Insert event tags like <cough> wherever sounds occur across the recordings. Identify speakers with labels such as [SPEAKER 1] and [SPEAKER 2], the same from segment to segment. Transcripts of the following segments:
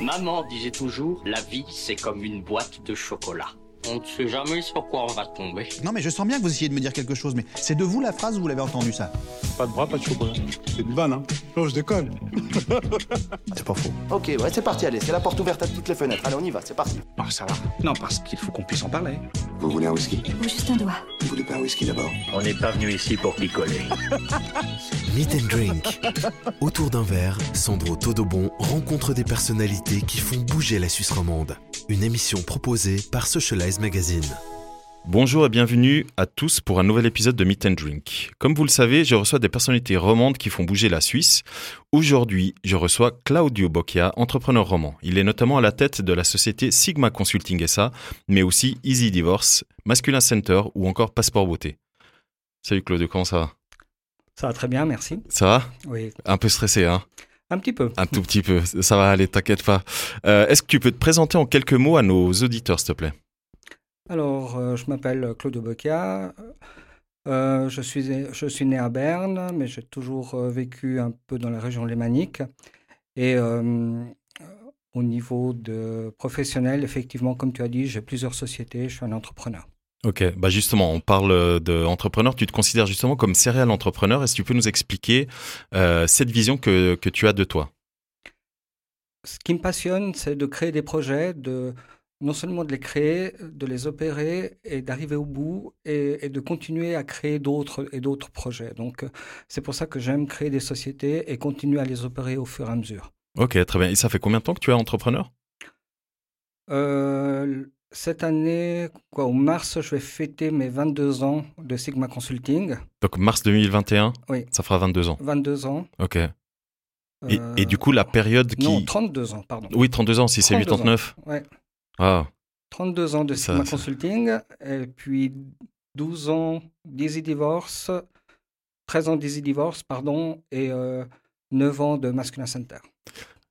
[SPEAKER 1] Maman disait toujours, la vie c'est comme une boîte de chocolat. On ne sait jamais sur quoi on va tomber.
[SPEAKER 2] Non, mais je sens bien que vous essayez de me dire quelque chose, mais c'est de vous la phrase ou vous l'avez entendu ça
[SPEAKER 3] Pas de bras, pas de chocolat.
[SPEAKER 4] C'est une vanne, hein Non, je déconne.
[SPEAKER 2] C'est pas faux.
[SPEAKER 5] Ok, ouais, c'est parti, allez, c'est la porte ouverte à toutes les fenêtres. Allez, on y va, c'est parti.
[SPEAKER 6] Non, ça va. Non, parce qu'il faut qu'on puisse en parler.
[SPEAKER 7] Vous voulez un whisky
[SPEAKER 8] Ou juste un doigt.
[SPEAKER 7] Vous voulez pas un whisky d'abord
[SPEAKER 9] On n'est pas venu ici pour picoler.
[SPEAKER 10] Meet and Drink. Autour d'un verre, Sandro Todobon rencontre des personnalités qui font bouger la Suisse romande. Une émission proposée par Socialize Magazine.
[SPEAKER 11] Bonjour et bienvenue à tous pour un nouvel épisode de Meet and Drink. Comme vous le savez, je reçois des personnalités romandes qui font bouger la Suisse. Aujourd'hui, je reçois Claudio Bocchia, entrepreneur roman. Il est notamment à la tête de la société Sigma Consulting SA, mais aussi Easy Divorce, Masculin Center ou encore Passeport Beauté. Salut Claudio, comment ça va
[SPEAKER 12] Ça va très bien, merci.
[SPEAKER 11] Ça va
[SPEAKER 12] Oui.
[SPEAKER 11] Un peu stressé, hein
[SPEAKER 12] un petit peu.
[SPEAKER 11] Un tout petit peu, ça va aller, t'inquiète pas. Euh, Est-ce que tu peux te présenter en quelques mots à nos auditeurs, s'il te plaît
[SPEAKER 12] alors, euh, je m'appelle Claude Bocca. Euh, je, suis, je suis né à Berne, mais j'ai toujours euh, vécu un peu dans la région lémanique. Et euh, au niveau de professionnel, effectivement, comme tu as dit, j'ai plusieurs sociétés, je suis un entrepreneur.
[SPEAKER 11] Ok, bah justement, on parle d'entrepreneur. Tu te considères justement comme serial entrepreneur. Est-ce que tu peux nous expliquer euh, cette vision que, que tu as de toi
[SPEAKER 12] Ce qui me passionne, c'est de créer des projets, de, non seulement de les créer, de les opérer et d'arriver au bout et, et, de continuer à créer d'autres et d'autres projets. Donc euh, c'est pour ça que j'aime créer des sociétés et continuer à les opérer au fur et à mesure.
[SPEAKER 11] Ok, très bien. Et ça fait combien de temps que tu es entrepreneur
[SPEAKER 12] euh, Cette année, quoi, au mars, je vais fêter mes 22 ans de Sigma Consulting.
[SPEAKER 11] Donc mars 2021
[SPEAKER 12] Oui.
[SPEAKER 11] Ça fera 22 ans
[SPEAKER 12] 22 ans.
[SPEAKER 11] Ok. Et, euh... et du coup, la période qui...
[SPEAKER 12] Non, 32 ans, pardon.
[SPEAKER 11] Oui, 32 ans, si c'est 89.
[SPEAKER 12] Ans, ouais.
[SPEAKER 11] Ah.
[SPEAKER 12] 32 ans de Sigma ça, Consulting, ça. et puis 12 ans d'Easy Divorce, 13 ans d'Easy Divorce, pardon, et euh, 9 ans de Masculin Center.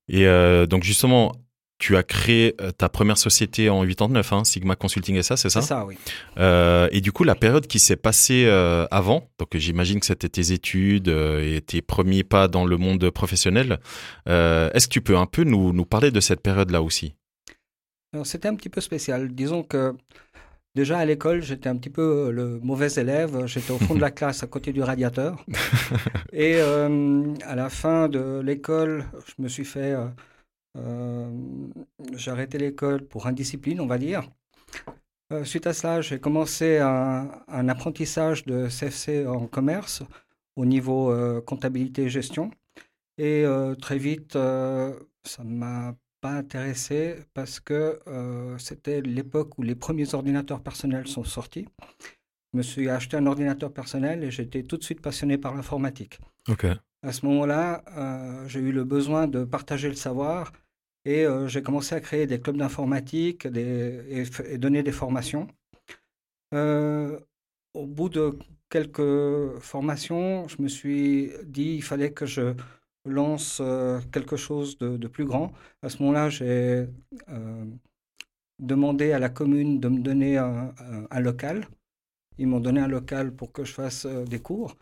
[SPEAKER 11] Et euh, donc justement, tu as créé euh, ta première société en 89, hein, Sigma Consulting SA, c'est ça
[SPEAKER 12] C'est ça, oui.
[SPEAKER 11] Euh, et du coup, la période qui s'est passée euh, avant, donc j'imagine que c'était tes études euh, et tes premiers pas dans le monde professionnel, euh, est-ce que tu peux un peu nous, nous parler de cette période-là aussi
[SPEAKER 12] c'était un petit peu spécial. Disons que déjà à l'école, j'étais un petit peu euh, le mauvais élève. J'étais au fond de la classe, à côté du radiateur. Et euh, à la fin de l'école, je me suis fait. Euh, euh, j'ai arrêté l'école pour indiscipline, on va dire. Euh, suite à cela, j'ai commencé un, un, apprentissage de CFC en commerce au niveau euh, comptabilité et gestion. Et euh, très vite, euh, ça m'a pas intéressé parce que euh, c'était l'époque où les premiers ordinateurs personnels sont sortis. Je me suis acheté un ordinateur personnel et j'étais tout de suite passionné par l'informatique.
[SPEAKER 11] Okay.
[SPEAKER 12] À ce moment-là, euh, j'ai eu le besoin de partager le savoir et euh, j'ai commencé à créer des clubs d'informatique et, et, donner des formations. Euh, au bout de quelques formations, je me suis dit il fallait que je lance euh, quelque chose de, de, plus grand. À ce moment-là, j'ai euh, demandé à la commune de me donner un, un, un local. Ils m'ont donné un local pour que je fasse euh, des cours.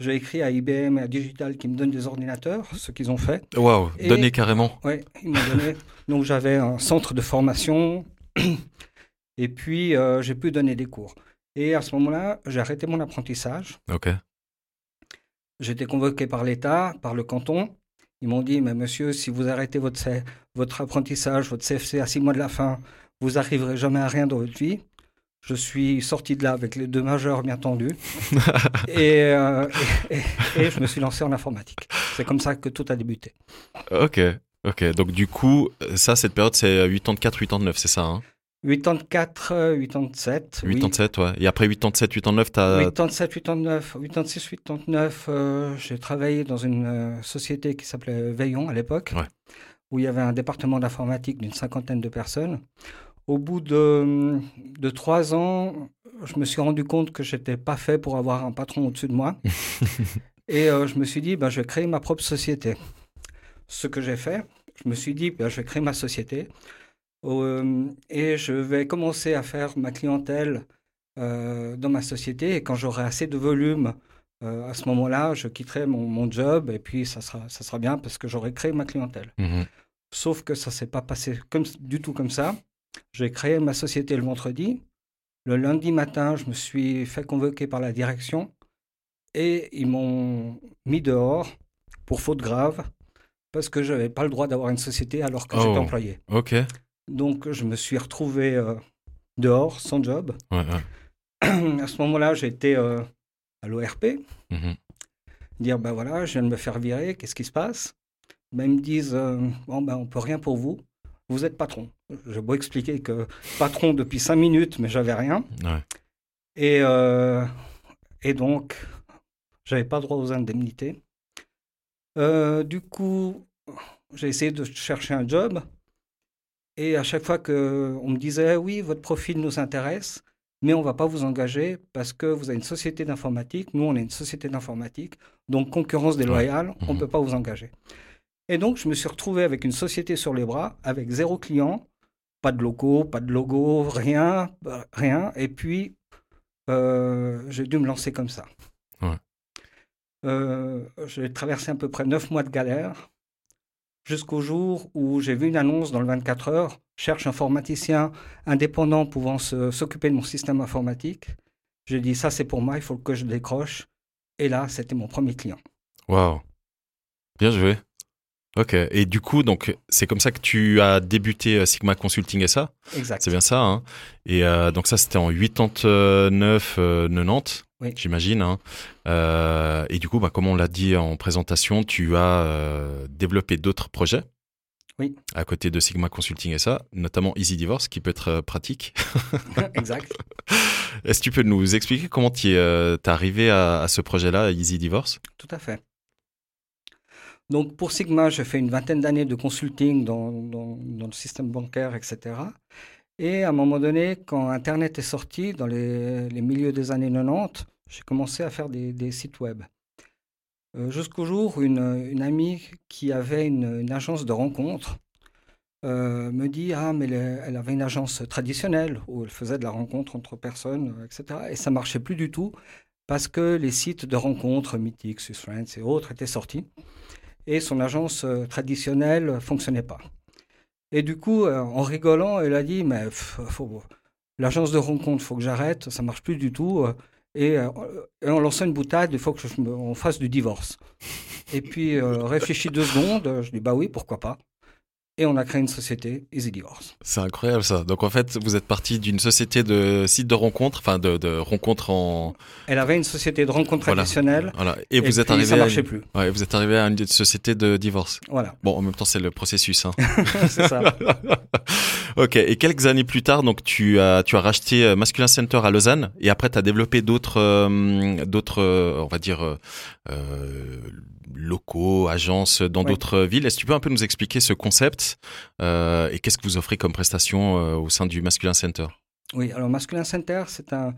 [SPEAKER 12] J'ai écrit à IBM et à Digital qui me donnent des ordinateurs, ce qu'ils ont fait.
[SPEAKER 11] Waouh, donné carrément.
[SPEAKER 12] Oui, ils m'ont donné. Donc j'avais un centre de formation et puis euh, j'ai pu donner des cours. Et à ce moment-là, j'ai arrêté mon apprentissage.
[SPEAKER 11] Ok.
[SPEAKER 12] J'étais convoqué par l'État, par le canton. Ils m'ont dit, mais monsieur, si vous arrêtez votre, votre apprentissage, votre CFC à six mois de la fin, vous n'arriverez jamais à rien dans votre vie. Je suis sorti de là avec les deux majeurs, bien entendu. et, euh, et, et, et, je me suis lancé en informatique. C'est comme ça que tout a débuté.
[SPEAKER 11] Ok, ok. Donc du coup, ça, cette période, c'est 84-89, c'est ça hein
[SPEAKER 12] 84, 87.
[SPEAKER 11] 87, oui. ouais. Et après 87, 89, tu as.
[SPEAKER 12] 87, 89, 86, 89, euh, j'ai travaillé dans une euh, société qui s'appelait Veillon à l'époque,
[SPEAKER 11] ouais.
[SPEAKER 12] où il y avait un département d'informatique d'une cinquantaine de personnes. Au bout de, de trois ans, je me suis rendu compte que je n'étais pas fait pour avoir un patron au-dessus de moi. Et euh, je me suis dit, ben, je vais créer ma propre société. Ce que j'ai fait, je me suis dit, ben, je vais créer ma société. Euh, et je vais commencer à faire ma clientèle euh, dans ma société. Et quand j'aurai assez de volume, euh, à ce moment-là, je quitterai mon, mon, job et puis ça sera, ça sera bien parce que j'aurai créé ma clientèle.
[SPEAKER 11] Mmh.
[SPEAKER 12] Sauf que ça s'est pas passé comme, du tout comme ça. J'ai créé ma société le vendredi. Le lundi matin, je me suis fait convoquer par la direction et ils m'ont mis dehors pour faute grave parce que je n'avais pas le droit d'avoir une société alors que
[SPEAKER 11] Oh.
[SPEAKER 12] j'étais employé.
[SPEAKER 11] Ok. Ouais,
[SPEAKER 12] Donc je me suis retrouvé euh, dehors, sans job.
[SPEAKER 11] ouais.
[SPEAKER 12] <clears throat> à ce moment-là, j'étais euh, à l'ORP,
[SPEAKER 11] Mhm.
[SPEAKER 12] dire ben voilà, je viens de me faire virer, qu'est-ce qui se passe ben, Ils me disent euh, bon, ben, on peut rien pour vous, vous êtes patron. J'ai beau expliquer que patron depuis cinq minutes, mais j'avais rien.
[SPEAKER 11] Ouais.
[SPEAKER 12] Et, euh, et donc, j'avais pas droit aux indemnités. Euh, du coup, j'ai essayé de chercher un job. Et à chaque fois qu'on me disait, oui, votre profil nous intéresse, mais on va pas vous engager parce que vous avez une société d'informatique, nous on est une société d'informatique, donc concurrence déloyale, on ne
[SPEAKER 11] Mhm.
[SPEAKER 12] peut pas vous engager. Et donc je me suis retrouvé avec une société sur les bras, avec zéro client, pas de locaux, pas de logo, rien, euh, rien. Et puis euh, j'ai dû me lancer comme ça.
[SPEAKER 11] Ouais.
[SPEAKER 12] Euh, j'ai traversé à peu près neuf mois de galère jusqu'au jour où j'ai vu une annonce dans le 24 heures, cherche informaticien indépendant pouvant se- s'occuper de mon système informatique. J'ai dit ça c'est pour moi, il faut que je décroche. Et là, c'était mon premier client.
[SPEAKER 11] Waouh. Bien joué. Ok. Et du coup, donc, c'est comme ça que tu as débuté euh, Sigma Consulting SA.
[SPEAKER 12] Exact.
[SPEAKER 11] C'est bien ça. hein. et euh, donc, ça, c'était en 89, euh, 90. <laughs>
[SPEAKER 12] Oui.
[SPEAKER 11] J'imagine. hein. Euh, et du coup, bah, comme on l'a dit en présentation, tu as euh, développé d'autres projets.
[SPEAKER 12] Oui.
[SPEAKER 11] À côté de Sigma Consulting SA, notamment Easy Divorce, qui peut être euh, pratique. <laughs>
[SPEAKER 12] exact.
[SPEAKER 11] Est-ce que tu peux nous expliquer comment tu es, euh, t'es arrivé à, à ce projet-là, Easy Divorce
[SPEAKER 12] Tout à fait. Donc pour Sigma, j'ai fait une vingtaine d'années de consulting dans, dans- dans le système bancaire, etc. Et à un moment donné, quand Internet est sorti, dans les, les milieux des années 90, j'ai commencé à faire des, des sites web. Euh, Jusqu'au jour où une, une amie qui avait une, une agence de rencontres euh, me dit Ah, mais elle, elle avait une agence traditionnelle où elle faisait de la rencontre entre personnes, euh, etc. Et ça marchait plus du tout parce que les sites de rencontres mythiques, Swiss Friends et autres étaient sortis et son agence euh, traditionnelle euh, fonctionnait pas. Et du coup, euh, en rigolant, elle a dit mais pff, faut- l'agence de rencontre, faut que j'arrête, ça marche plus du tout. euh, Et, euh, et en lançant une boutade, il faut que je me- on fasse du divorce. Et puis euh, réfléchis deux secondes, euh, je dis bah oui, pourquoi pas. Et on a créé une société Easy Divorce.
[SPEAKER 11] C'est incroyable ça. Donc en fait, vous êtes parti d'une société de sites de rencontres, enfin de, de rencontres en
[SPEAKER 12] Elle avait une société de rencontres
[SPEAKER 11] Voilà.
[SPEAKER 12] traditionnelle
[SPEAKER 11] voilà. Et,
[SPEAKER 12] et,
[SPEAKER 11] vous êtes
[SPEAKER 12] puis,
[SPEAKER 11] arrivé
[SPEAKER 12] ça
[SPEAKER 11] à
[SPEAKER 12] marchait
[SPEAKER 11] une...
[SPEAKER 12] plus.
[SPEAKER 11] ouais, vous êtes arrivé à une société de divorce.
[SPEAKER 12] Voilà, <laughs>
[SPEAKER 11] Bon, en même temps, c'est le processus. hein. <laughs>
[SPEAKER 12] c'est ça.
[SPEAKER 11] ok. Et quelques années plus tard, donc tu as tu as racheté euh, Masculin Center à Lausanne et après tu as développé d'autres euh, d'autres euh, on va dire euh, euh, locaux, agences dans
[SPEAKER 12] Ouais.
[SPEAKER 11] d'autres villes. Est-ce que tu peux un peu nous expliquer ce concept euh, et qu'est-ce que vous offrez comme prestation euh, au sein du Masculin Center
[SPEAKER 12] Oui, alors Masculin Center, c'est un,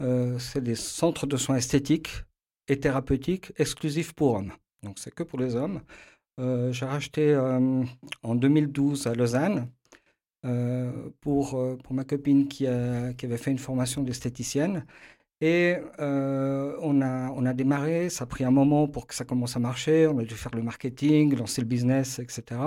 [SPEAKER 12] euh, c'est des centres de soins esthétiques et thérapeutiques exclusifs pour hommes. Donc c'est que pour les hommes. Euh, J'ai racheté euh, en 2012 à Lausanne euh, pour, euh, pour ma copine qui, a- qui avait fait une formation d'esthéticienne. Et euh, on, a, on a démarré, ça a pris un moment pour que ça commence à marcher, on a dû faire le marketing, lancer le business, etc.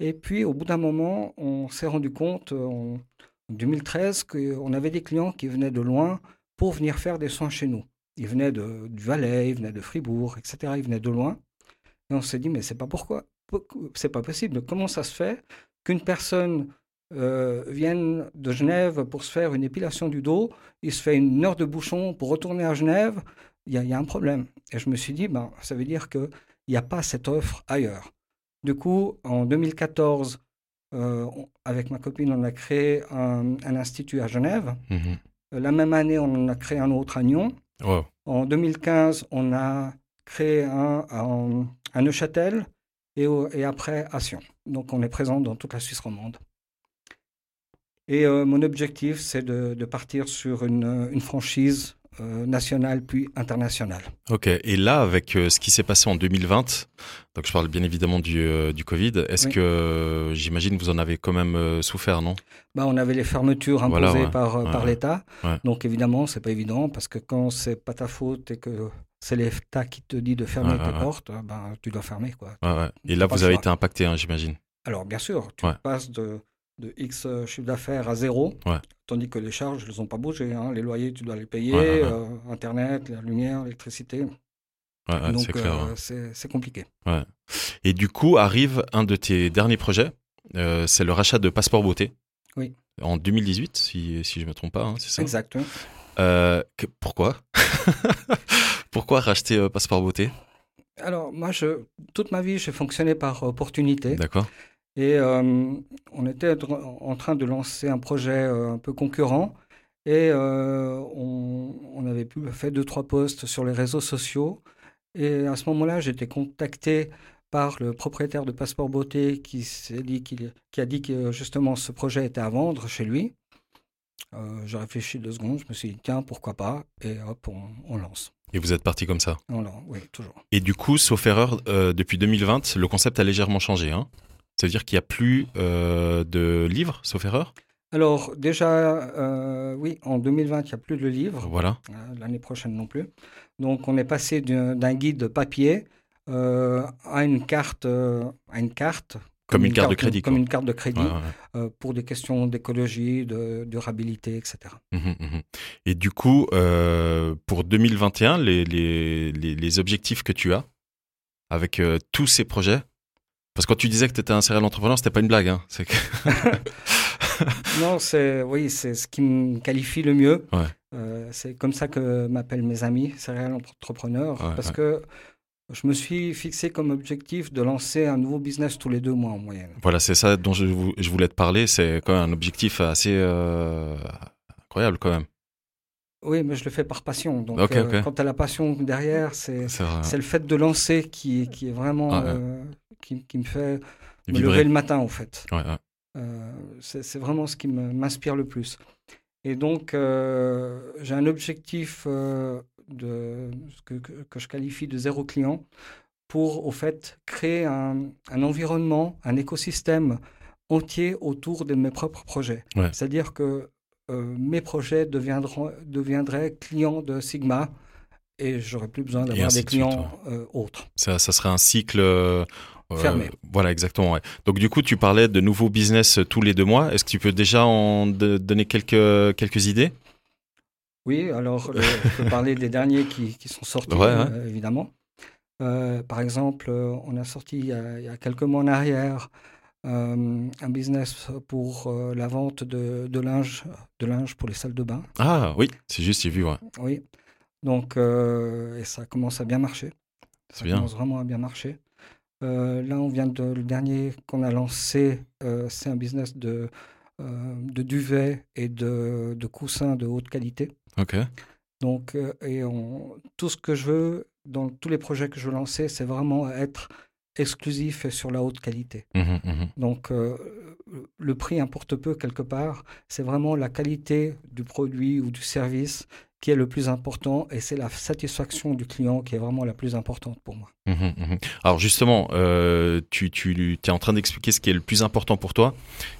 [SPEAKER 12] Et puis au bout d'un moment, on s'est rendu compte, euh, on, en 2013 qu'on avait des clients qui venaient de loin pour venir faire des soins chez nous. Ils venaient de, du Valais, ils venaient de Fribourg, etc. Ils venaient de loin. Et on s'est dit, mais c'est pas pourquoi. C'est pas possible. Comment ça se fait qu'une personne euh, vienne de Genève pour se faire une épilation du dos, il se fait une heure de bouchon pour retourner à Genève Il y, a- il y a un problème. Et je me suis dit, ben, ça veut dire qu'il n'y a pas cette offre ailleurs. Du coup, en 2014, euh, on- avec ma copine, on a créé un, un institut à Genève. Euh, La même année, on en a créé un autre à Nyon.
[SPEAKER 11] Wow.
[SPEAKER 12] En 2015, on a créé un à- à Neuchâtel et, au- et après à Sion. Donc, on est présent dans toute la Suisse romande. Et euh, mon objectif, c'est de, de partir sur une, une franchise euh, nationale puis internationale.
[SPEAKER 11] Ok, et là, avec euh, ce qui s'est passé en 2020, donc je parle bien évidemment du, euh, du Covid, est-ce
[SPEAKER 12] Oui.
[SPEAKER 11] que euh, j'imagine que vous en avez quand même euh, souffert, non
[SPEAKER 12] Bah, on avait les fermetures imposées
[SPEAKER 11] Voilà, ouais,
[SPEAKER 12] par, euh,
[SPEAKER 11] ouais,
[SPEAKER 12] par
[SPEAKER 11] ouais,
[SPEAKER 12] l'État.
[SPEAKER 11] ouais.
[SPEAKER 12] Donc évidemment, c'est pas évident parce que quand c'est pas ta faute et que c'est l'État qui te dit de fermer
[SPEAKER 11] Ouais,
[SPEAKER 12] tes
[SPEAKER 11] ouais, ouais.
[SPEAKER 12] portes, euh, ben, tu dois fermer. Quoi.
[SPEAKER 11] Ouais, ouais. Et là,
[SPEAKER 12] Pas
[SPEAKER 11] vous
[SPEAKER 12] le
[SPEAKER 11] avez
[SPEAKER 12] choix.
[SPEAKER 11] été impacté, hein, j'imagine.
[SPEAKER 12] Alors, bien sûr, tu
[SPEAKER 11] Ouais.
[SPEAKER 12] passes de, de X euh, chiffre d'affaires à zéro,
[SPEAKER 11] Ouais.
[SPEAKER 12] tandis que les charges, elles n'ont pas bougé. hein. Les loyers, tu dois les payer,
[SPEAKER 11] Ouais, ouais, ouais.
[SPEAKER 12] euh, Internet, la lumière, l'électricité.
[SPEAKER 11] Ouais, ouais,
[SPEAKER 12] Donc,
[SPEAKER 11] c'est clair.
[SPEAKER 12] euh,
[SPEAKER 11] ouais.
[SPEAKER 12] c'est c'est compliqué.
[SPEAKER 11] Et du coup, arrive un de tes derniers projets, euh, c'est le rachat de Passeport Beauté.
[SPEAKER 12] Oui.
[SPEAKER 11] En 2018, si, si je ne me trompe pas, hein, c'est ça
[SPEAKER 12] Exact. oui.
[SPEAKER 11] Euh, que- pourquoi <laughs> Pourquoi racheter euh, Passeport Beauté
[SPEAKER 12] Alors, moi, je, toute ma vie, j'ai fonctionné par opportunité.
[SPEAKER 11] D'accord.
[SPEAKER 12] Et euh, on était dr- en train de lancer un projet euh, un peu concurrent. Et euh, on, on avait pu faire deux, trois posts sur les réseaux sociaux. Et à ce moment-là, j'ai été contacté par le propriétaire de Passeport Beauté qui, s'est dit qu'il- qui a dit que euh, justement ce projet était à vendre chez lui. Euh, j'ai réfléchi deux secondes, je me suis dit, tiens, pourquoi pas Et hop, on, on lance.
[SPEAKER 11] Et vous êtes parti comme ça.
[SPEAKER 12] On lance, oui, toujours.
[SPEAKER 11] Et du coup, sauf erreur, euh, depuis 2020, le concept a légèrement changé. Hein. Ça veut dire qu'il n'y a plus euh, de livres, sauf erreur.
[SPEAKER 12] Alors déjà, euh, oui, en 2020, il n'y a plus de livre,
[SPEAKER 11] Voilà.
[SPEAKER 12] euh, l'année prochaine non plus. Donc on est passé d'un d'un guide papier euh, à une carte, euh, à une carte.
[SPEAKER 11] Comme une carte de crédit,
[SPEAKER 12] Comme
[SPEAKER 11] quoi.
[SPEAKER 12] une carte de crédit
[SPEAKER 11] Ouais, ouais, ouais.
[SPEAKER 12] euh, pour des questions d'écologie, de durabilité, etc.
[SPEAKER 11] Mhm, mhm. Et du coup, euh, pour 2021, les, les, les, les objectifs que tu as avec euh, tous ces projets, parce que quand tu disais que tu étais un serial entrepreneur, c'était pas une blague. Hein. C'est que- <laughs>
[SPEAKER 12] Non, c'est oui, c'est ce qui me qualifie le mieux.
[SPEAKER 11] Ouais.
[SPEAKER 12] Euh, c'est comme ça que m'appellent mes amis, serial entrepreneur,
[SPEAKER 11] Ouais,
[SPEAKER 12] parce
[SPEAKER 11] ouais.
[SPEAKER 12] que je me suis fixé comme objectif de lancer un nouveau business tous les deux mois en moyenne.
[SPEAKER 11] Voilà, c'est ça dont je, vou- je voulais te parler. C'est quand même un objectif assez euh, incroyable, quand même.
[SPEAKER 12] Oui, mais je le fais par passion. Donc,
[SPEAKER 11] Ok,
[SPEAKER 12] euh,
[SPEAKER 11] ok.
[SPEAKER 12] quand tu as la passion derrière, c'est
[SPEAKER 11] C'est vrai.
[SPEAKER 12] c'est le fait de lancer qui, qui est vraiment.
[SPEAKER 11] Ah, ouais.
[SPEAKER 12] euh, qui, qui me fait me
[SPEAKER 11] euh, Vibrer.
[SPEAKER 12] lever le matin, en fait.
[SPEAKER 11] Ouais, ouais.
[SPEAKER 12] Euh, c'est c'est vraiment ce qui me- m'inspire le plus. Et donc, euh, j'ai un objectif euh, de, que, que- que je qualifie de zéro client pour, au fait, créer un, un environnement, un écosystème entier autour de mes propres projets.
[SPEAKER 11] Ouais.
[SPEAKER 12] C'est-à-dire que euh, mes projets deviendront, deviendraient clients de Sigma et j'aurais plus besoin d'avoir
[SPEAKER 11] ainsi
[SPEAKER 12] des
[SPEAKER 11] de suite,
[SPEAKER 12] clients euh, autres.
[SPEAKER 11] Ça, ça serait un cycle. euh,
[SPEAKER 12] Fermé.
[SPEAKER 11] Voilà, exactement. ouais. Donc, du coup, tu parlais de nouveaux business euh, tous les deux mois. Est-ce que tu peux déjà en de- donner quelques, quelques idées
[SPEAKER 12] Oui,
[SPEAKER 11] <laughs>
[SPEAKER 12] alors euh, je peux parler des derniers qui, qui sont sortis,
[SPEAKER 11] Ouais, ouais.
[SPEAKER 12] euh, évidemment. Euh, par exemple, euh, on a sorti il y a, il y a quelques mois en arrière euh, un business pour euh, la vente de, de linge, de linge pour les salles de bain.
[SPEAKER 11] Ah, oui, c'est juste, j'ai vu, ouais.
[SPEAKER 12] Oui. Donc, euh, et ça commence à bien marcher. Ça
[SPEAKER 11] C'est bien.
[SPEAKER 12] commence vraiment à bien marcher. Euh, là, on vient de le dernier qu'on a lancé, euh, c'est un business de, euh, de duvet et de, de coussins de haute qualité.
[SPEAKER 11] Ok.
[SPEAKER 12] Donc, euh, et on- tout ce que je veux, dans tous les projets que je veux lancer, c'est vraiment être exclusif et sur la haute qualité.
[SPEAKER 11] Mhm, mhm.
[SPEAKER 12] Donc, euh, le prix importe peu quelque part. C'est vraiment la qualité du produit ou du service qui est le plus important et c'est la satisfaction du client qui est vraiment la plus importante pour moi.
[SPEAKER 11] Mhm, mhm. Alors justement, euh, tu, tu es en train d'expliquer ce qui est le plus important pour toi.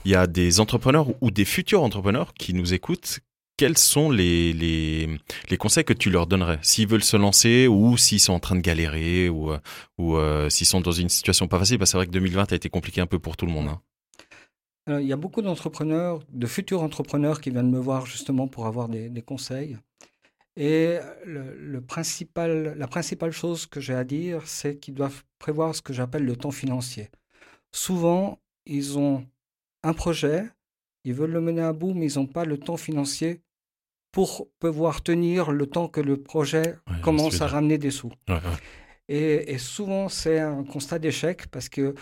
[SPEAKER 11] Il y a des entrepreneurs ou des futurs entrepreneurs qui nous écoutent. Quels sont les, les, les conseils que tu leur donnerais s'ils veulent se lancer ou s'ils sont en train de galérer ou, euh, ou euh, s'ils sont dans une situation pas facile Parce que C'est vrai que 2020 a été compliqué un peu pour tout le monde. hein.
[SPEAKER 12] Alors, il y a beaucoup d'entrepreneurs, de futurs entrepreneurs qui viennent me voir justement pour avoir des, des conseils. Et le, le principal, la principale chose que j'ai à dire, c'est qu'ils doivent prévoir ce que j'appelle le temps financier. Souvent, ils ont un projet, ils veulent le mener à bout, mais ils n'ont pas le temps financier pour pouvoir tenir le temps que le projet
[SPEAKER 11] je vois ce que tu
[SPEAKER 12] commence à
[SPEAKER 11] veux dire.
[SPEAKER 12] ramener des sous.
[SPEAKER 11] Ouais, ouais.
[SPEAKER 12] Et, et souvent, c'est un constat d'échec parce que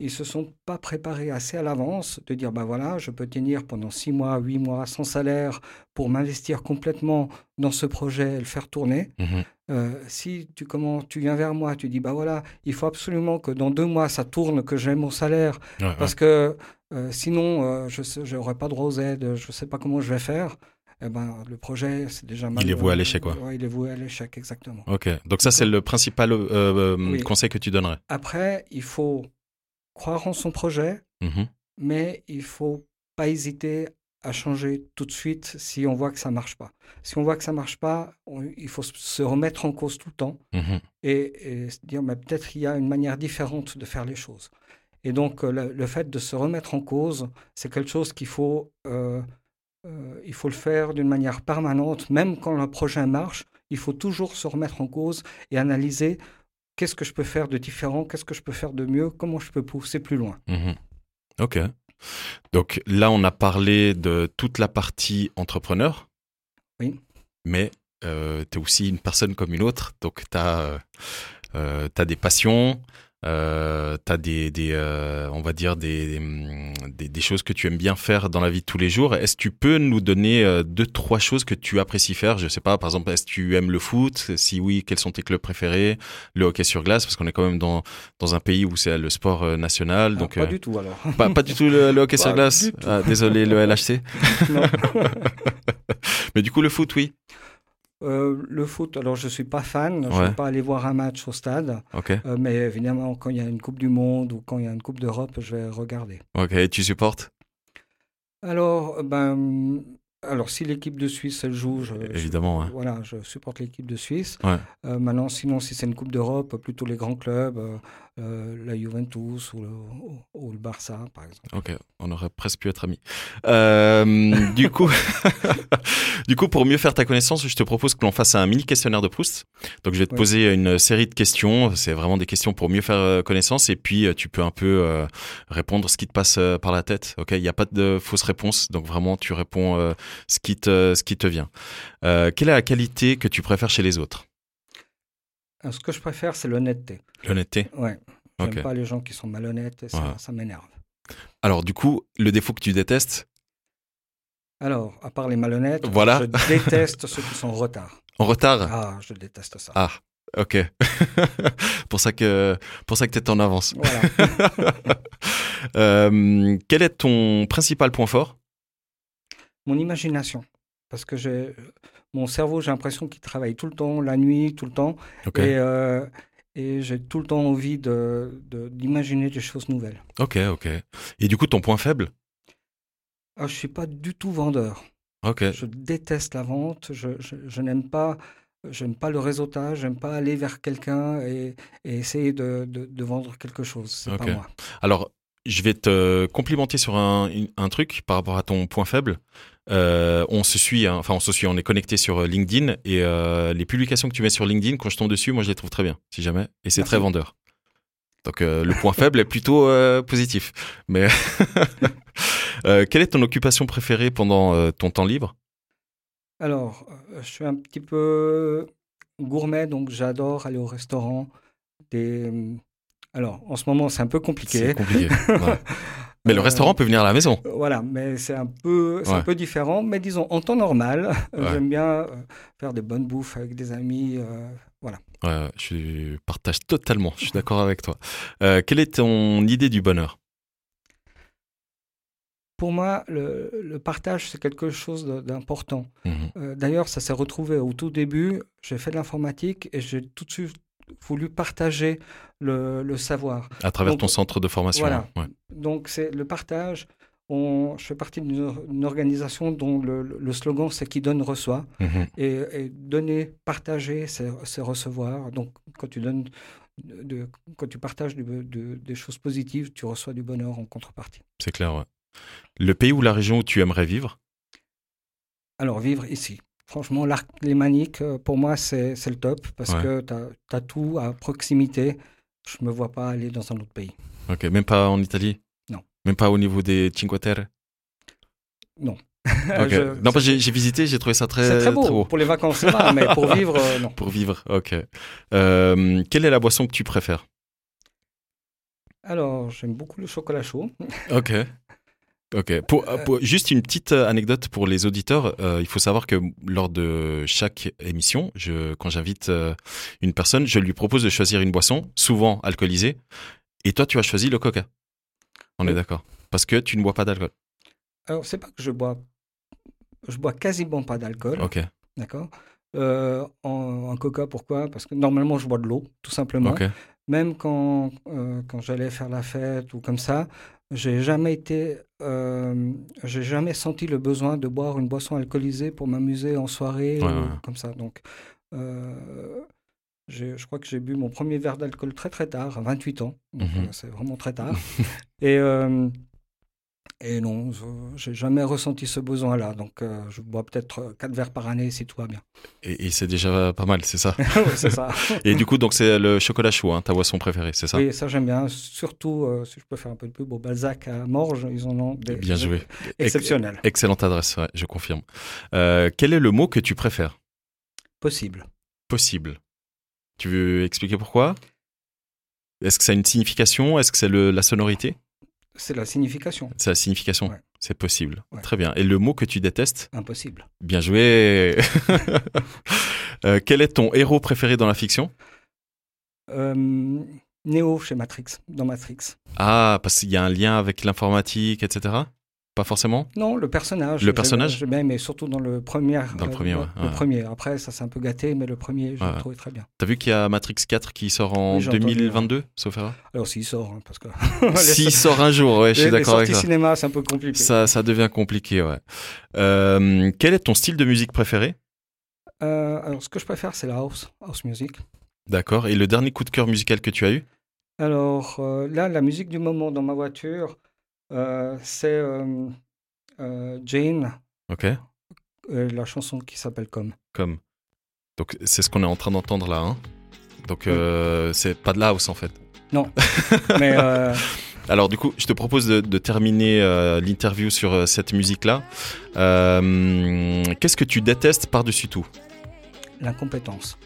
[SPEAKER 12] ils se sont pas préparés assez à l'avance de dire bah voilà, je peux tenir pendant six mois, huit mois sans salaire pour m'investir complètement dans ce projet et le faire tourner.
[SPEAKER 11] Mhm.
[SPEAKER 12] Euh, si tu commences, tu viens vers moi, tu dis bah voilà, il faut absolument que dans deux mois ça tourne, que j'ai mon salaire
[SPEAKER 11] Ouais, ouais.
[SPEAKER 12] parce que euh, sinon euh, je n'aurai pas droit aux aides, je sais pas comment je vais faire. Eh ben, le projet, c'est déjà mal. euh,
[SPEAKER 11] Il est voué à l'échec, quoi.
[SPEAKER 12] Ouais, il est voué à l'échec, exactement.
[SPEAKER 11] Ok, donc ça c'est le principal euh, euh,
[SPEAKER 12] Oui.
[SPEAKER 11] conseil que tu donnerais.
[SPEAKER 12] Après, il faut croire en son projet,
[SPEAKER 11] Mhm.
[SPEAKER 12] mais il faut pas hésiter à changer tout de suite si on voit que ça marche pas. Si on voit que ça marche pas, on- il faut se- se remettre en cause tout le temps
[SPEAKER 11] Mhm.
[SPEAKER 12] et, et se dire mais peut-être il y a une manière différente de faire les choses. Et donc, euh, le, le fait de se remettre en cause, c'est quelque chose qu'il faut, euh, euh, il faut le faire d'une manière permanente. Même quand le projet marche, il faut toujours se remettre en cause et analyser qu'est-ce que je peux faire de différent, qu'est-ce que je peux faire de mieux, comment je peux pousser plus loin.
[SPEAKER 11] Mhm. Ok. Donc là, on a parlé de toute la partie entrepreneur.
[SPEAKER 12] Oui.
[SPEAKER 11] Mais tu es aussi une personne comme une autre. Donc tu as, des passions, tu as des, des, euh, on va dire, des, des, hum, des- des choses que tu aimes bien faire dans la vie de tous les jours. Est-ce que tu peux nous donner euh, deux, trois choses que tu apprécies faire Je sais pas, par exemple, est-ce que tu aimes le foot Si oui, quels sont tes clubs préférés Le hockey sur glace Parce qu'on est quand même dans, dans un pays où c'est le sport euh, national.
[SPEAKER 12] Alors,
[SPEAKER 11] donc,
[SPEAKER 12] pas
[SPEAKER 11] euh,
[SPEAKER 12] du tout alors.
[SPEAKER 11] pas, pas du tout le, le hockey
[SPEAKER 12] Pas
[SPEAKER 11] sur
[SPEAKER 12] du
[SPEAKER 11] glace.
[SPEAKER 12] tout.
[SPEAKER 11] Ah, désolé, le LHC.
[SPEAKER 12] <laughs> Non.
[SPEAKER 11] <laughs> Mais du coup, le foot, oui.
[SPEAKER 12] Euh, le foot, alors je ne suis pas fan, je ne
[SPEAKER 11] Ouais.
[SPEAKER 12] vais pas aller voir un match au stade,
[SPEAKER 11] Ok.
[SPEAKER 12] euh, mais évidemment, quand il y a une Coupe du Monde ou quand il y a une Coupe d'Europe, je vais regarder.
[SPEAKER 11] Ok, et tu supportes
[SPEAKER 12] Alors, euh, ben, alors si l'équipe de Suisse elle joue, Euh, je, je-
[SPEAKER 11] Évidemment. hein.
[SPEAKER 12] voilà, je supporte l'équipe de Suisse.
[SPEAKER 11] Ouais.
[SPEAKER 12] Euh, maintenant, sinon, si c'est une Coupe d'Europe, euh, plutôt les grands clubs, euh, euh, la Juventus ou le, ou- ou le Barça, par exemple.
[SPEAKER 11] Ok, on aurait presque pu être amis. Euh, du coup, <laughs> du coup, pour mieux faire ta connaissance, je te propose que l'on fasse un mini questionnaire de Proust. Donc, je vais te
[SPEAKER 12] Ouais.
[SPEAKER 11] poser une série de questions. C'est vraiment des questions pour mieux faire euh, connaissance, et puis euh, tu peux un peu euh, répondre ce qui te passe euh, par la tête. Ok, il n'y a pas de fausse réponse, donc vraiment, tu réponds euh, ce qui te ce qui te vient. Euh, quelle est la qualité que tu préfères chez les autres
[SPEAKER 12] Euh, ce que je préfère, c'est l'honnêteté.
[SPEAKER 11] L'honnêteté.
[SPEAKER 12] Ouais. J'aime
[SPEAKER 11] Ok.
[SPEAKER 12] pas les gens qui sont malhonnêtes, et ça,
[SPEAKER 11] Ouais.
[SPEAKER 12] ça m'énerve.
[SPEAKER 11] Alors, du coup, le défaut que tu détestes
[SPEAKER 12] Alors, à part les malhonnêtes,
[SPEAKER 11] Voilà. <laughs>
[SPEAKER 12] je déteste ceux qui sont en retard.
[SPEAKER 11] en retard.
[SPEAKER 12] Ah, je déteste ça.
[SPEAKER 11] Ah, ok. <laughs> pour ça que pour ça que t'es en avance.
[SPEAKER 12] Voilà.
[SPEAKER 11] Euh, quel est ton principal point fort
[SPEAKER 12] Mon imagination. Parce que j'ai euh, mon cerveau, j'ai l'impression qu'il travaille tout le temps, la nuit, tout le temps.
[SPEAKER 11] Ok.
[SPEAKER 12] Et, euh, et j'ai tout le temps envie de- de- d'imaginer des choses nouvelles.
[SPEAKER 11] Ok, ok. Et du coup, ton point faible
[SPEAKER 12] Ah, je ne suis pas du tout vendeur.
[SPEAKER 11] Ok.
[SPEAKER 12] Je déteste la vente. Je, je, je n'aime pas, j'aime pas le réseautage. J'aime pas aller vers quelqu'un et, et essayer de, de, de vendre quelque chose. C'est
[SPEAKER 11] Ok.
[SPEAKER 12] pas moi.
[SPEAKER 11] Alors, je vais te complimenter sur un, un truc par rapport à ton point faible. Euh, on se suit, hein. enfin on se suit, on est connecté sur LinkedIn et euh, les publications que tu mets sur LinkedIn, quand je tombe dessus, moi je les trouve très bien, si jamais. Et c'est
[SPEAKER 12] Merci.
[SPEAKER 11] très vendeur. Donc euh, le point faible est plutôt euh, positif. Mais <laughs> Euh, quelle est ton occupation préférée pendant euh, ton temps libre
[SPEAKER 12] Alors, euh, je suis un petit peu gourmet, donc j'adore aller au restaurant. Des... Alors, en ce moment, c'est un peu
[SPEAKER 11] C'est
[SPEAKER 12] compliqué.
[SPEAKER 11] compliqué. ouais. Mais le
[SPEAKER 12] Euh,
[SPEAKER 11] restaurant peut venir à la maison.
[SPEAKER 12] Euh, Voilà, mais c'est un peu, c'est un
[SPEAKER 11] Ouais.
[SPEAKER 12] peu différent. Mais disons, en temps normal, <laughs>
[SPEAKER 11] Ouais.
[SPEAKER 12] j'aime bien euh, faire des bonnes bouffes avec des amis. euh,
[SPEAKER 11] Ouais, je suis- partage totalement, je suis d'accord avec toi. Euh, quelle est ton idée du bonheur
[SPEAKER 12] Pour moi, le, le partage, c'est quelque chose de- d'important.
[SPEAKER 11] Mhm.
[SPEAKER 12] Euh, D'ailleurs, ça s'est retrouvé au tout début. J'ai fait de l'informatique et j'ai tout de suite voulu partager le, le savoir.
[SPEAKER 11] À travers
[SPEAKER 12] Donc,
[SPEAKER 11] ton centre de formation.
[SPEAKER 12] voilà.
[SPEAKER 11] hein. Ouais.
[SPEAKER 12] Donc, c'est le partage. On- je fais partie d'une or- une organisation dont le, le slogan, c'est qui donne reçoit.
[SPEAKER 11] Mhm.
[SPEAKER 12] Et, et donner, partager, c'est c'est recevoir. Donc, quand tu donnes, de- de- quand tu partages du- de- des choses positives, tu reçois du bonheur en contrepartie.
[SPEAKER 11] C'est clair, ouais. Le pays ou la région où tu aimerais vivre
[SPEAKER 12] Alors, vivre ici. Franchement, l'arc lémanique, euh, pour moi, c'est c'est le top parce
[SPEAKER 11] Ouais.
[SPEAKER 12] que tu as, tout à proximité. Je ne me vois pas aller dans un autre <laughs> pays.
[SPEAKER 11] Ok, même pas en Italie
[SPEAKER 12] Non.
[SPEAKER 11] Même pas au niveau des Cinque Terre
[SPEAKER 12] Non.
[SPEAKER 11] Ok.
[SPEAKER 12] <laughs> Je-
[SPEAKER 11] Non, parce que j'ai j'ai visité, j'ai trouvé ça très,
[SPEAKER 12] c'est très beau. Pour les vacances, ça va, mais
[SPEAKER 11] <laughs>
[SPEAKER 12] pour vivre, euh, non.
[SPEAKER 11] Pour vivre, ok. Euh, quelle est la boisson que tu préfères
[SPEAKER 12] Alors, j'aime beaucoup le chocolat chaud.
[SPEAKER 11] Ok. Ok. Pour, euh, pour- juste une petite euh, anecdote pour les auditeurs. Euh, il faut savoir que lors de chaque émission, je, quand j'invite euh, une personne, je lui propose de choisir une boisson, souvent alcoolisée. Et toi, tu as choisi le coca. On est
[SPEAKER 12] Oui.
[SPEAKER 11] d'accord. Parce que tu ne bois pas d'alcool.
[SPEAKER 12] Alors, c'est pas que je bois, je bois quasiment pas d'alcool.
[SPEAKER 11] Ok.
[SPEAKER 12] D'accord Euh, en, en coca, pourquoi Parce que normalement, je bois de l'eau, tout simplement.
[SPEAKER 11] Ok.
[SPEAKER 12] Même quand, euh, quand j'allais faire la fête ou comme ça, j'ai jamais été, euh, j'ai jamais senti le besoin de boire une boisson alcoolisée pour m'amuser en soirée
[SPEAKER 11] Ouais,
[SPEAKER 12] ou
[SPEAKER 11] ouais.
[SPEAKER 12] comme ça. Donc, euh, J'ai- Je crois que j'ai bu mon premier verre d'alcool très très tard, à 28 ans. Donc,
[SPEAKER 11] Mhm.
[SPEAKER 12] euh, C'est vraiment très tard. et, euh, et non, je j'ai jamais ressenti ce besoin-là. Donc euh, je bois peut-être 4 verres par année si tout va bien. <laughs>
[SPEAKER 11] Et, et c'est déjà pas mal, c'est ça.
[SPEAKER 12] Ouais, c'est ça.
[SPEAKER 11] Et du coup, donc c'est le chocolat chaud, hein, ta boisson préférée, c'est ça
[SPEAKER 12] Oui, ça j'aime bien. Surtout, euh, si je peux faire un peu de pub, au Balzac à Morges, ils en ont des
[SPEAKER 11] Bien joué.
[SPEAKER 12] exceptionnels.
[SPEAKER 11] Excellente adresse, ouais, je confirme. Euh, quel est le mot que tu préfères
[SPEAKER 12] Possible.
[SPEAKER 11] Possible. Tu veux expliquer pourquoi Est-ce que ça a une signification Est-ce que c'est le- la sonorité
[SPEAKER 12] C'est la signification.
[SPEAKER 11] C'est la signification.
[SPEAKER 12] Ouais.
[SPEAKER 11] C'est possible.
[SPEAKER 12] Ouais.
[SPEAKER 11] Très bien. Et le mot que tu détestes
[SPEAKER 12] Impossible.
[SPEAKER 11] Bien
[SPEAKER 12] <laughs>
[SPEAKER 11] joué. Euh, quel est ton héros préféré dans la fiction
[SPEAKER 12] Euh, Néo chez Matrix, dans Matrix.
[SPEAKER 11] Ah, parce qu'il y a un lien avec l'informatique, etc. Pas forcément
[SPEAKER 12] Non, le personnage.
[SPEAKER 11] Le
[SPEAKER 12] J'ai-
[SPEAKER 11] personnage
[SPEAKER 12] J'ai bien aimé, surtout dans le premier.
[SPEAKER 11] Dans le premier, ouais,
[SPEAKER 12] Le
[SPEAKER 11] ouais.
[SPEAKER 12] premier. Après, ça s'est un peu gâté, mais le premier, je
[SPEAKER 11] Ouais.
[SPEAKER 12] le trouvais très bien.
[SPEAKER 11] T'as vu qu'il y a Matrix 4 qui sort en
[SPEAKER 12] Oui, j'ai entendu,
[SPEAKER 11] 2022, sauf erreur
[SPEAKER 12] Alors, s'il sort, hein, parce que. <laughs>
[SPEAKER 11] S'il sort un jour, ouais, je suis d'accord avec
[SPEAKER 12] Les sorties
[SPEAKER 11] ça.
[SPEAKER 12] cinéma, c'est un peu compliqué.
[SPEAKER 11] Ça, ça devient compliqué, ouais. Euh, quel est ton style de musique préféré
[SPEAKER 12] Euh, alors, ce que je préfère, c'est la house, house music.
[SPEAKER 11] D'accord. Et le dernier coup de cœur musical que tu as eu
[SPEAKER 12] Alors euh, là, la musique du moment dans ma voiture, euh, c'est euh, euh, Jane,
[SPEAKER 11] Ok.
[SPEAKER 12] euh, la chanson qui s'appelle Comme.
[SPEAKER 11] Comme. Donc, c'est ce qu'on est en train d'entendre là. hein. Donc, euh, c'est pas de la house en fait.
[SPEAKER 12] Mais euh,
[SPEAKER 11] Alors, du coup, je te propose de, de terminer euh, l'interview sur euh, cette musique-là. Euh, Qu'est-ce que tu détestes par-dessus tout
[SPEAKER 12] l'incompétence.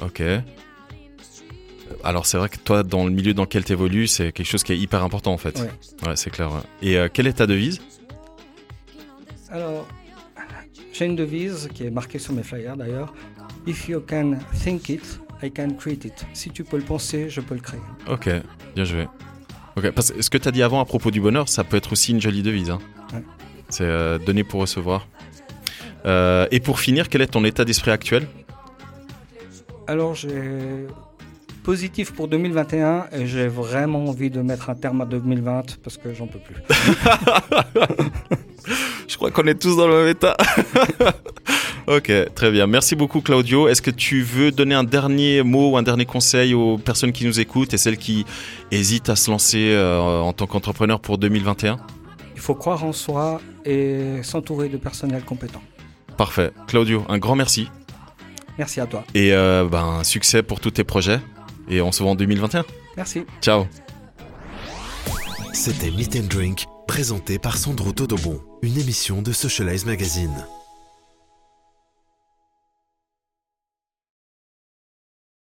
[SPEAKER 11] Ok. Alors, c'est vrai que toi, dans le milieu dans lequel tu évolues, c'est quelque chose qui est hyper important en fait. Ouais, c'est clair. ouais. Et euh, quelle est ta devise
[SPEAKER 12] Alors, j'ai une devise qui est marquée sur mes flyers d'ailleurs. If you can think it, I can create it. Si tu peux le penser, je peux le créer.
[SPEAKER 11] Ok, bien joué. Ok, parce que ce que tu as dit avant à propos du bonheur, ça peut être aussi une jolie devise. hein.
[SPEAKER 12] Ouais.
[SPEAKER 11] C'est euh, donner pour recevoir. Euh, et pour finir, quel est ton état d'esprit actuel
[SPEAKER 12] Alors, j'ai positif pour 2021 et j'ai vraiment envie de mettre un terme à 2020 parce que j'en peux plus.
[SPEAKER 11] Je crois qu'on est tous dans le même état. <laughs> ok, très bien. Merci beaucoup Claudio. Est-ce que tu veux donner un dernier mot ou un dernier conseil aux personnes qui nous écoutent et celles qui hésitent à se lancer euh, en tant qu'entrepreneur pour 2021
[SPEAKER 12] Il faut croire en soi et s'entourer de personnel compétent.
[SPEAKER 11] Parfait. Claudio, un grand merci.
[SPEAKER 12] Merci à toi.
[SPEAKER 11] Et euh, ben, succès pour tous tes projets. Et on se voit en 2021.
[SPEAKER 12] Merci.
[SPEAKER 11] Ciao
[SPEAKER 10] C'était Meet and Drink, présenté par Sandro Todobon, une émission de Socialize Magazine.